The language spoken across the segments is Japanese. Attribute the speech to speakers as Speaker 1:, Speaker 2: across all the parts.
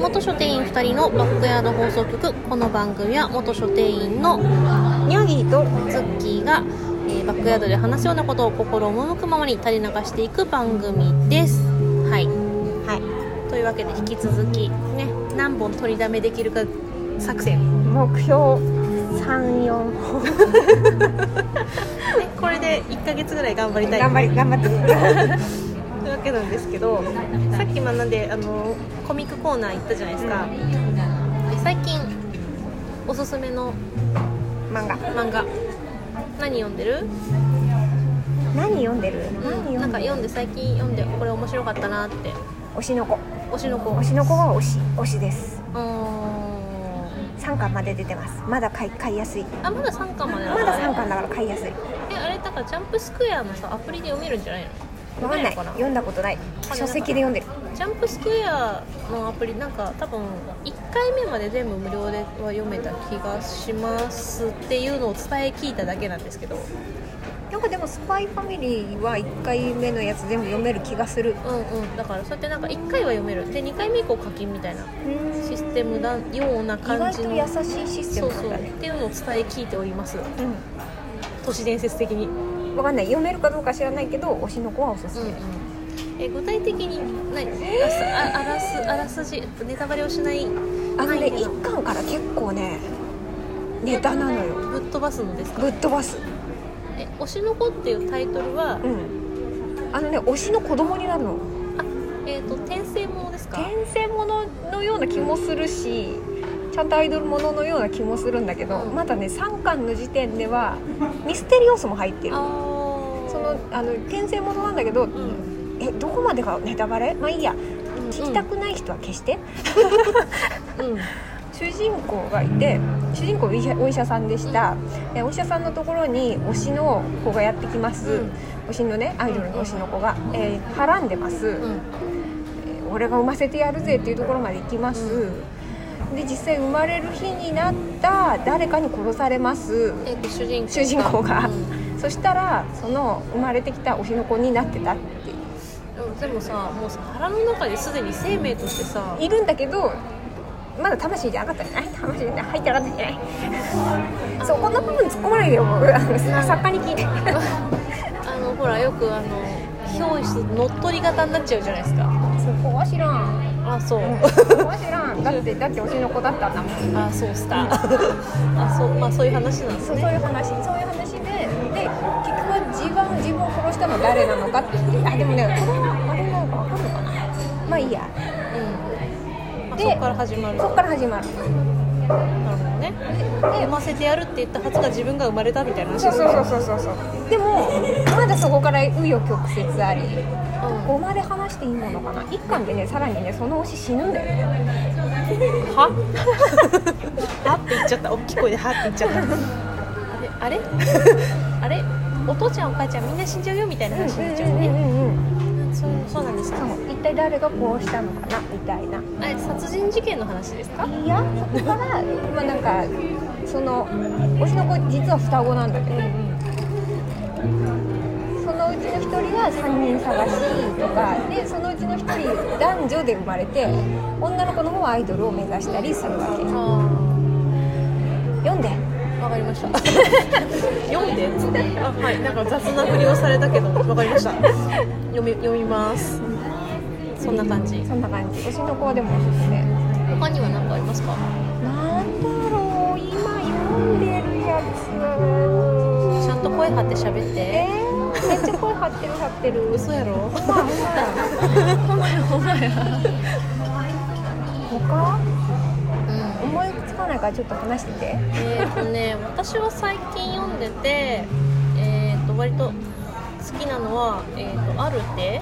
Speaker 1: 元書店員2人のバックヤード放送局この番組は元書店員の
Speaker 2: ニャギーと
Speaker 1: ツッキーが、えーバックヤードで話すようなことを心赴くままに垂れ流していく番組ですはい
Speaker 2: は
Speaker 1: というわけで引き続きね何本取りだめできるか作戦
Speaker 2: い目標34本
Speaker 1: ねこれで1ヶ月ぐらい頑張りたい
Speaker 2: 頑張り頑張って
Speaker 1: というわけなんですけどさっき学んであのコミックコーナー行ったじゃないですか、で最近おすすめの
Speaker 2: 漫画
Speaker 1: 漫画何読んでる
Speaker 2: 何読んでる何読んでる
Speaker 1: なんか読んで最近読んでこれ面白かったなって
Speaker 2: 推しの子
Speaker 1: 推しの子
Speaker 2: 推しの子は推し推しです
Speaker 1: うーん
Speaker 2: 3巻まで出てますまだ買い買いやすい
Speaker 1: あまだ3巻までな
Speaker 2: ま
Speaker 1: の
Speaker 2: だ3巻だから買いやすい
Speaker 1: えあれだからジャンプスクエアのさアプリで読めるんじゃないの
Speaker 2: わかんない
Speaker 1: 読めるの
Speaker 2: 読んだことない
Speaker 1: かな
Speaker 2: 書籍で読んでる
Speaker 1: ジャンプスクエアのアプリなんか多分1回目まで全部無料では読めた気がしますっていうのを伝え聞いただけなんですけど
Speaker 2: なんかでも「スパイファミリー」は1回目のやつ全部読める気がする
Speaker 1: うんうんだからそうやってなんか1回は読めるで2回目以降課金みたいなシステムだような
Speaker 2: 意
Speaker 1: 感
Speaker 2: 外
Speaker 1: じ
Speaker 2: と
Speaker 1: の
Speaker 2: 優しいシステ
Speaker 1: そう
Speaker 2: ムな
Speaker 1: そ
Speaker 2: ん
Speaker 1: う
Speaker 2: だ
Speaker 1: っ
Speaker 2: ね
Speaker 1: ていうのを伝え聞いております
Speaker 2: うん
Speaker 1: 都市伝説的に
Speaker 2: わかんない読めるかどうか知らないけど推しの子はおすす
Speaker 1: うんう
Speaker 2: め、
Speaker 1: んえ具体的に何あすああらすあらすじネタバレをしない
Speaker 2: あのね
Speaker 1: はい
Speaker 2: 1巻から結構ねネタなのよ
Speaker 1: ぶっ飛ばすのですか
Speaker 2: ぶっ飛ばす
Speaker 1: 「え推しの子」っていうタイトルは、
Speaker 2: うんあのね推しの子供になるの
Speaker 1: えー、と転生ものですか
Speaker 2: 転生もののような気もするしちゃんとアイドルもののような気もするんだけど、
Speaker 1: うん
Speaker 2: まだね3巻の時点ではミステリ要素も入ってる
Speaker 1: あー
Speaker 2: そのあの転生ものなんだけど、
Speaker 1: うん、
Speaker 2: えどこまでがネタバレまあいいや
Speaker 1: うん
Speaker 2: 聞きたくない人は消して、
Speaker 1: うん
Speaker 2: 主人公がいて主人公お医者お医者さんでした、でお医者さんのところに推しの子がやってきます、
Speaker 1: うん
Speaker 2: 推しのねアイドルの推しの子が、えーはらんでます、
Speaker 1: うん
Speaker 2: えー俺が産ませてやるぜっていうところまで行きます、で実際生まれる日になった誰かに殺されます
Speaker 1: えー、と主人公
Speaker 2: 主人公が
Speaker 1: うん
Speaker 2: そしたらその生まれてきた推しの子になってたっていう
Speaker 1: うんでもさもうさ腹の中ですでに生命としてさ
Speaker 2: いるんだけどまだ魂じゃなかったじゃない魂じゃ入ってなかったじゃないそうこんな部分突っ込まないでよ僕あの作家に 聞いて
Speaker 1: あのほらよくあの憑依して乗っ取り型になっちゃうじゃないですか
Speaker 2: そこは知らん
Speaker 1: あそう、
Speaker 2: そこは知らんだってだって推しの子だったんだもん
Speaker 1: あそうっすかあそうまあそういう話なんです
Speaker 2: そう
Speaker 1: ね
Speaker 2: そういう話そういう話でで結局は自分自分を殺したのは誰なのかっていうあでもねこれはあれなのかわかんのかなまあいいや
Speaker 1: うんあ
Speaker 2: で
Speaker 1: そこから始まる
Speaker 2: そっから始まる
Speaker 1: なるほどね
Speaker 2: で
Speaker 1: 産ませてやるって言ったはずが自分が生まれたみたいな話
Speaker 2: そ
Speaker 1: で
Speaker 2: う
Speaker 1: す
Speaker 2: そうそうそうそうそうでもまだそこから紆余曲折ありここまで話していいものかな一巻でねさらにねその推し死ぬんだよね
Speaker 1: うんははって言っちゃった大きい声ではって言っちゃった あれあれあれお父ちゃんお母ちゃんみんな死んじゃうよみたいな話になっちゃうね
Speaker 2: ん
Speaker 1: そうそうなんですか
Speaker 2: そう一体誰がこうしたのかなみたいな
Speaker 1: あれ殺人事件の話ですか
Speaker 2: いやそこからまあなんかその推しの子実は双子なんだけど、そのうちの一人が三人探しとかでそのうちの一人男女で生まれて女の子の方はアイドルを目指したりするわけ
Speaker 1: あ
Speaker 2: 読んで
Speaker 1: あわかりました 読んでつってあはいなんか雑な振りをされたけどわかりました読み読みますそんな感じ
Speaker 2: そんな感じ推しの子はでもおすすめ
Speaker 1: 他には何かありますか
Speaker 2: なんだろう今読んでるやつ
Speaker 1: ちゃんと声張って喋って
Speaker 2: えー、めっちゃ声張ってる張ってる
Speaker 1: 嘘やろ
Speaker 2: まあ他
Speaker 1: うん
Speaker 2: 思いつかないからちょっと話してて
Speaker 1: えっ、とね私は最近読んでてえっ、と割と好きなのは「えー、とアルテ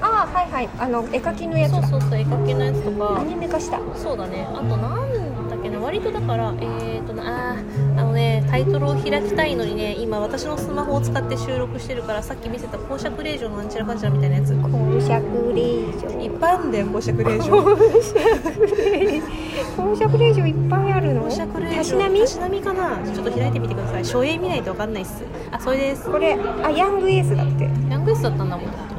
Speaker 2: ああはいはいあの絵描きの」やつ
Speaker 1: そ
Speaker 2: だ
Speaker 1: うそうそう絵描きのやつとか
Speaker 2: アニメ化した
Speaker 1: そうだねあとなんだっけな割とだからえっ、ー、となあーあのねタイトルを開きたいのにね今私のスマホを使って収録してるからさっき見せた「公爵令嬢のなんちゃらかんちゃら」みたいなやつ
Speaker 2: 公爵令嬢
Speaker 1: いっぱいあるんだよ公爵令嬢
Speaker 2: 公爵令嬢いっぱいあるの
Speaker 1: 公爵令嬢
Speaker 2: たしなみ
Speaker 1: たしなみかなちょっと開いてみてください初映見ないと分かんないっすあそれです
Speaker 2: これあヤングエースだって
Speaker 1: ヤングエースだったんだもんだって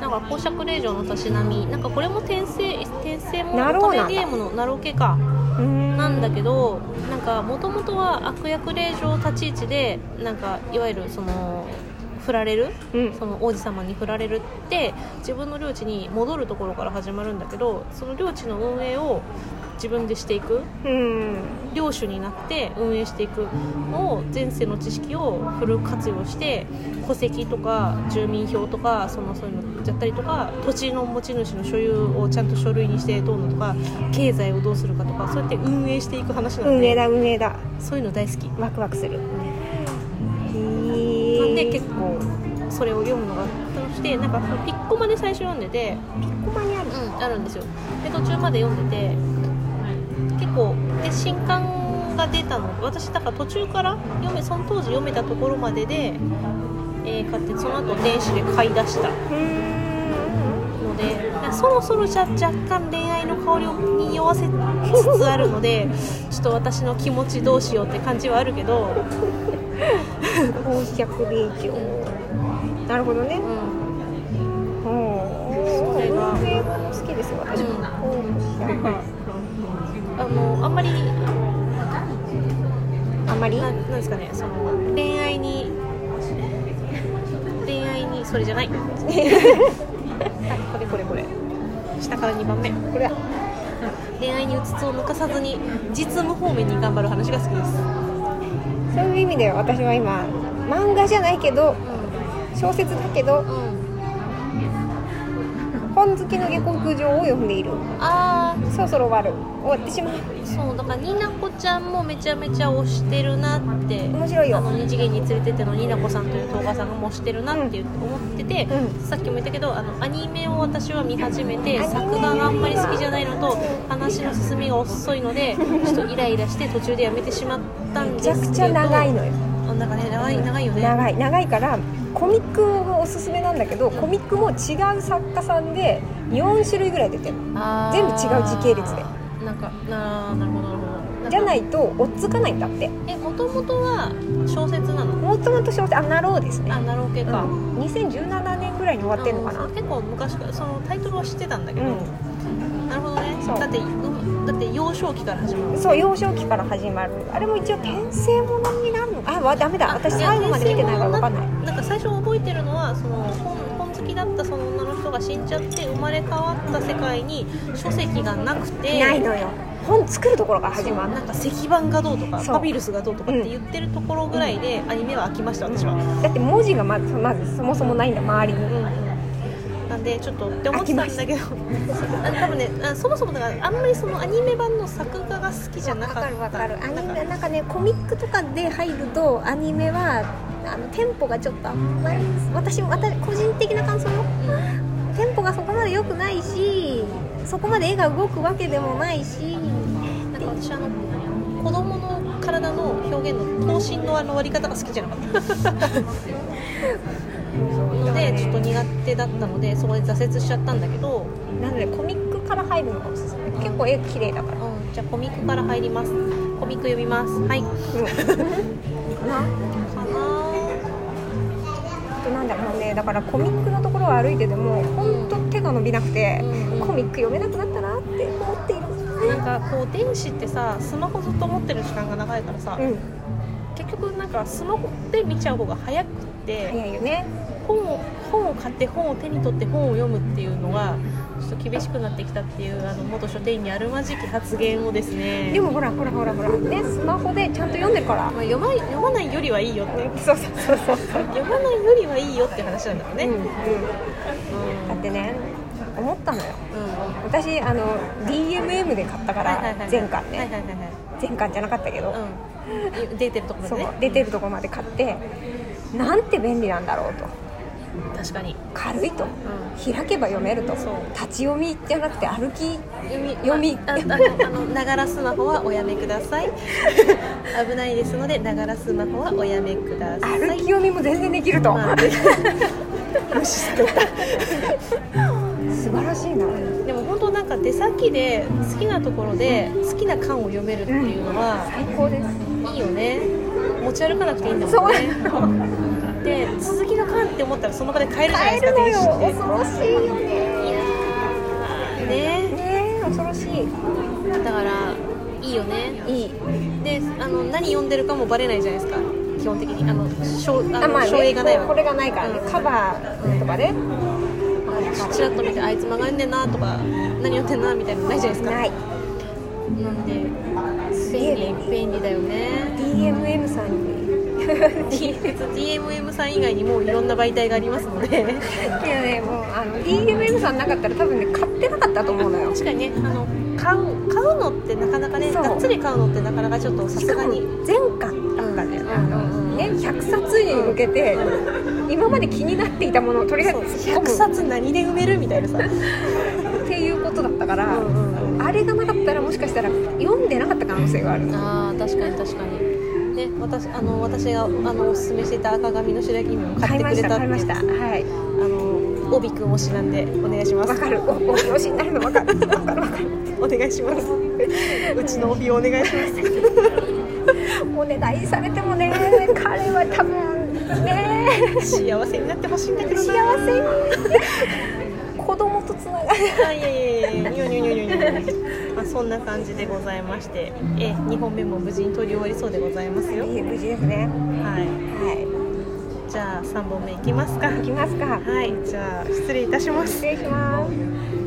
Speaker 1: なんか公爵令嬢のたしなみなんかこれも転生転編成も
Speaker 2: ナロー
Speaker 1: 乙
Speaker 2: なんだ
Speaker 1: 女ゲームのナロ系かなんだけどなんかもともとは悪役令嬢立ち位置でなんかいわゆるその振られる
Speaker 2: うん
Speaker 1: その王子様に振られるって自分の領地に戻るところから始まるんだけどその領地の運営を自分でしていく
Speaker 2: うん
Speaker 1: 領主になって運営していくのを前世の知識をフル活用して戸籍とか住民票とかそのそういうのやったりとか土地の持ち主の所有をちゃんと書類にしてどうのとか経済をどうするかとかそうやって運営していく話なん
Speaker 2: 運営
Speaker 1: で
Speaker 2: だ運営だ
Speaker 1: そういうの大好き
Speaker 2: ワクワクするへ
Speaker 1: なん
Speaker 2: ー
Speaker 1: で結構それを読むのが楽しくてなんかピッコマで最初読んでて
Speaker 2: ここにある
Speaker 1: うん、あるんですよで途中まで読んでて結構で新刊が出たの私だから途中から読めその当時読めたところまでで、えー買ってその後電子で買い出した
Speaker 2: うん
Speaker 1: のでいやそろそろじゃ若干恋愛の香りに匂わせつつあるのでちょっと私の気持ちどうしようって感じはあるけど、
Speaker 2: 公爵令嬢なるほどね
Speaker 1: うん、
Speaker 2: そ
Speaker 1: それが
Speaker 2: 運営も好きですよ私
Speaker 1: う
Speaker 2: も
Speaker 1: ん
Speaker 2: 公爵
Speaker 1: あのあんまり
Speaker 2: あまり
Speaker 1: ななんですかねその恋愛に恋愛にそれじ ゃないあこれこれこれ下から2番目
Speaker 2: これは
Speaker 1: 恋愛にうつつを抜かさずに実務方面に頑張る話が好きです、
Speaker 2: そういう意味で私は今漫画じゃないけど小説だけど
Speaker 1: うんうん、
Speaker 2: 本好きの下克上を読んでいる
Speaker 1: あ
Speaker 2: そろそろ終わる終わってしまう
Speaker 1: あそうだからになこちゃんもめちゃめちゃ推してるなって
Speaker 2: 面白い
Speaker 1: あ
Speaker 2: よ
Speaker 1: の二次元に連れてってのになこさんという東華さんがもうしてるなって言って思ってて、
Speaker 2: う
Speaker 1: さっきも言ったけどあのアニメを私は見始めて
Speaker 2: アニメ
Speaker 1: 作画があんまり好きじゃないのと話の進みが遅いの でちょっとイライラして途中でやめてしまったん
Speaker 2: め
Speaker 1: です
Speaker 2: ち
Speaker 1: け
Speaker 2: ゃ
Speaker 1: ど
Speaker 2: くちゃ長いのよ
Speaker 1: あなんかね長い長いよね
Speaker 2: 長い長いからコミックもおすすめなんだけどコミックも違う作家さんで4種類ぐらい出てる
Speaker 1: あー
Speaker 2: 全部違う時系列で
Speaker 1: なんかなーなるほどなるほど
Speaker 2: じゃないいと追っつかないんだって
Speaker 1: えもともとは小説なの
Speaker 2: もともと小説あなろうですね
Speaker 1: あなるほど系か、
Speaker 2: うん2017年ぐらいに終わってんのか
Speaker 1: あ
Speaker 2: な
Speaker 1: そう結構昔からそのタイトルは知ってたんだけ
Speaker 2: う
Speaker 1: ど、
Speaker 2: ん
Speaker 1: なるほどね
Speaker 2: そう
Speaker 1: だってうんだって幼少期から始まる
Speaker 2: そう幼少期から始まるあれも一応転生ものになるのあわダメだ
Speaker 1: あ
Speaker 2: 私最後まで見てないから分かんない
Speaker 1: なんか最初覚えてるのはその本本好きだったその女の人が死んじゃって生まれ変わった世界に書籍がなくて
Speaker 2: ないのよ本作るところから
Speaker 1: そう
Speaker 2: 始まる
Speaker 1: なんか石板がどうとか
Speaker 2: そう
Speaker 1: パピルスがどうとかって言ってるところぐらいで、アニメは飽きました私は、うん
Speaker 2: だって文字がまずまずそもそもないんだ周りに
Speaker 1: なんでちょっとって思ってたんだけどあ多分ねあそもそもだからあんまりそのアニメ版の作画が好きじゃなかった
Speaker 2: アニ
Speaker 1: なん
Speaker 2: メなんかねコミックとかで入るとアニメはあのテンポがちょっとあんまり私も私個人的な感想よ
Speaker 1: うん
Speaker 2: テンポがそこまで良くないしそこまで絵が動くわけでもないし
Speaker 1: なんか私あの子供の体の表現の頭身のあの割り方が好きじゃなかったのでちょっと苦手だったのでそこで挫折しちゃったんだけど、
Speaker 2: なのでコミックから入るのがおすすめ結構絵綺麗だから
Speaker 1: うん、じゃあコミックから入りますコミック読みますはいか
Speaker 2: な
Speaker 1: な
Speaker 2: あとなんだろうねだからコミックのところを歩いてても本当手が伸びなくて
Speaker 1: うん
Speaker 2: コミック読めなくなったなって思っている
Speaker 1: なんかこう電子ってさスマホずっと持ってる時間が長いからさ、
Speaker 2: うん
Speaker 1: 結局なんかスマホで見ちゃう方が早くって、
Speaker 2: 早いよね
Speaker 1: 本を本を買って本を手に取って本を読むっていうのがちょっと厳しくなってきたっていうあの元書店員にあるまじき発言をですね
Speaker 2: でもほらほらほらほらねスマホでちゃんと読んでるから
Speaker 1: まあ、読ま読まないよりはいいよって
Speaker 2: そうそうそうそうそう
Speaker 1: 読まないよりはいいよって話なんだよね、
Speaker 2: う
Speaker 1: うんん
Speaker 2: うん、だってね思ったのよ
Speaker 1: うん
Speaker 2: 私あの DMM で買ったから、
Speaker 1: はいはいはい
Speaker 2: 前巻ね、
Speaker 1: はいはいはい
Speaker 2: 前巻じゃなかったけど、
Speaker 1: はいうん出てるとこ
Speaker 2: そ
Speaker 1: ろ
Speaker 2: う
Speaker 1: ね
Speaker 2: 出てるところまで買ってなんて便利なんだろうと
Speaker 1: 確かに、
Speaker 2: 軽いと
Speaker 1: う
Speaker 2: 開けば読めると
Speaker 1: そう
Speaker 2: 立ち読みじゃなくて歩き
Speaker 1: ん、読み
Speaker 2: 読み
Speaker 1: あああのあのながらスマホはおやめくだ さい危ないですのでながらスマホはおやめください
Speaker 2: 歩き読みも全然できると、
Speaker 1: まあ
Speaker 2: 無視してた素晴らしいな
Speaker 1: でも本当なんか出先で好きなところで好きな缶を読めるっていうのは
Speaker 2: 最高です
Speaker 1: いいよね持ち歩かなくていいんだ
Speaker 2: そ
Speaker 1: も
Speaker 2: うん
Speaker 1: ねで続きの缶って思ったらその場で買えるじゃない
Speaker 2: 買え
Speaker 1: です
Speaker 2: る
Speaker 1: か
Speaker 2: の
Speaker 1: 電子
Speaker 2: よ
Speaker 1: って
Speaker 2: 恐ろしいよね
Speaker 1: ね
Speaker 2: ね恐ろしい
Speaker 1: だからいいよね
Speaker 2: いい
Speaker 1: であの何読んでるかもバレないじゃないですか基本的にあのしょうあ
Speaker 2: あ
Speaker 1: の
Speaker 2: まあね
Speaker 1: 照映がないわ
Speaker 2: これがないからね、
Speaker 1: うん
Speaker 2: カバーとかねあるか
Speaker 1: ちらっと見てあいつ曲がんねんなとか何読んでんなみたいなのないじゃないです
Speaker 2: ら
Speaker 1: か
Speaker 2: ない
Speaker 1: なんで
Speaker 2: すげえ
Speaker 1: 便
Speaker 2: 便
Speaker 1: 利
Speaker 2: 利
Speaker 1: 便利だよね
Speaker 2: DMM さんに
Speaker 1: DMM さん以外にもういろんな媒体がありますので
Speaker 2: いやねもうあの DMM さんなかったら多分ね買ってなかったと思うのよ
Speaker 1: 確かにねあの買う買うのってなかなかね
Speaker 2: そう
Speaker 1: がっつり買うのってなかなかちょっとさ
Speaker 2: し
Speaker 1: す
Speaker 2: か
Speaker 1: が
Speaker 2: も
Speaker 1: に
Speaker 2: 前巻だったんだよねあ
Speaker 1: うんうんう
Speaker 2: の
Speaker 1: ん
Speaker 2: ね100冊に向けて今まで気になっていたものをとりあえず
Speaker 1: そう
Speaker 2: 突
Speaker 1: 100
Speaker 2: っ込
Speaker 1: 冊何で埋めるみたいなさ
Speaker 2: むっていうことだったか
Speaker 1: う
Speaker 2: ら
Speaker 1: んうん
Speaker 2: あれがなかったらもしかしたら読んでなかった可能性があるな
Speaker 1: あー確かに確かにね私あの私があのおすすめしていた赤髪の白雪姫を買
Speaker 2: 買
Speaker 1: っ
Speaker 2: い
Speaker 1: てく
Speaker 2: ま
Speaker 1: れ
Speaker 2: した
Speaker 1: た
Speaker 2: 買いましたはい
Speaker 1: あの帯くん推しなんでお願いしま
Speaker 2: わ
Speaker 1: す
Speaker 2: かるおお推しになるのわかるわかるわかる
Speaker 1: お願いします うちの帯をお願い します
Speaker 2: おねだりされてもね彼は多分ね
Speaker 1: 幸せになってほしいんだけど
Speaker 2: 幸
Speaker 1: な
Speaker 2: せ子供とつながる
Speaker 1: あいやいやいやいやいやいやいやいやまあそんな感じでございましてえ2本目も無事に取り終わりそうでございますよ
Speaker 2: いい無事ですね
Speaker 1: は
Speaker 2: はい
Speaker 1: じゃあ3本目いきますか
Speaker 2: い行きますか
Speaker 1: はいじゃあ失礼いたします
Speaker 2: 失礼します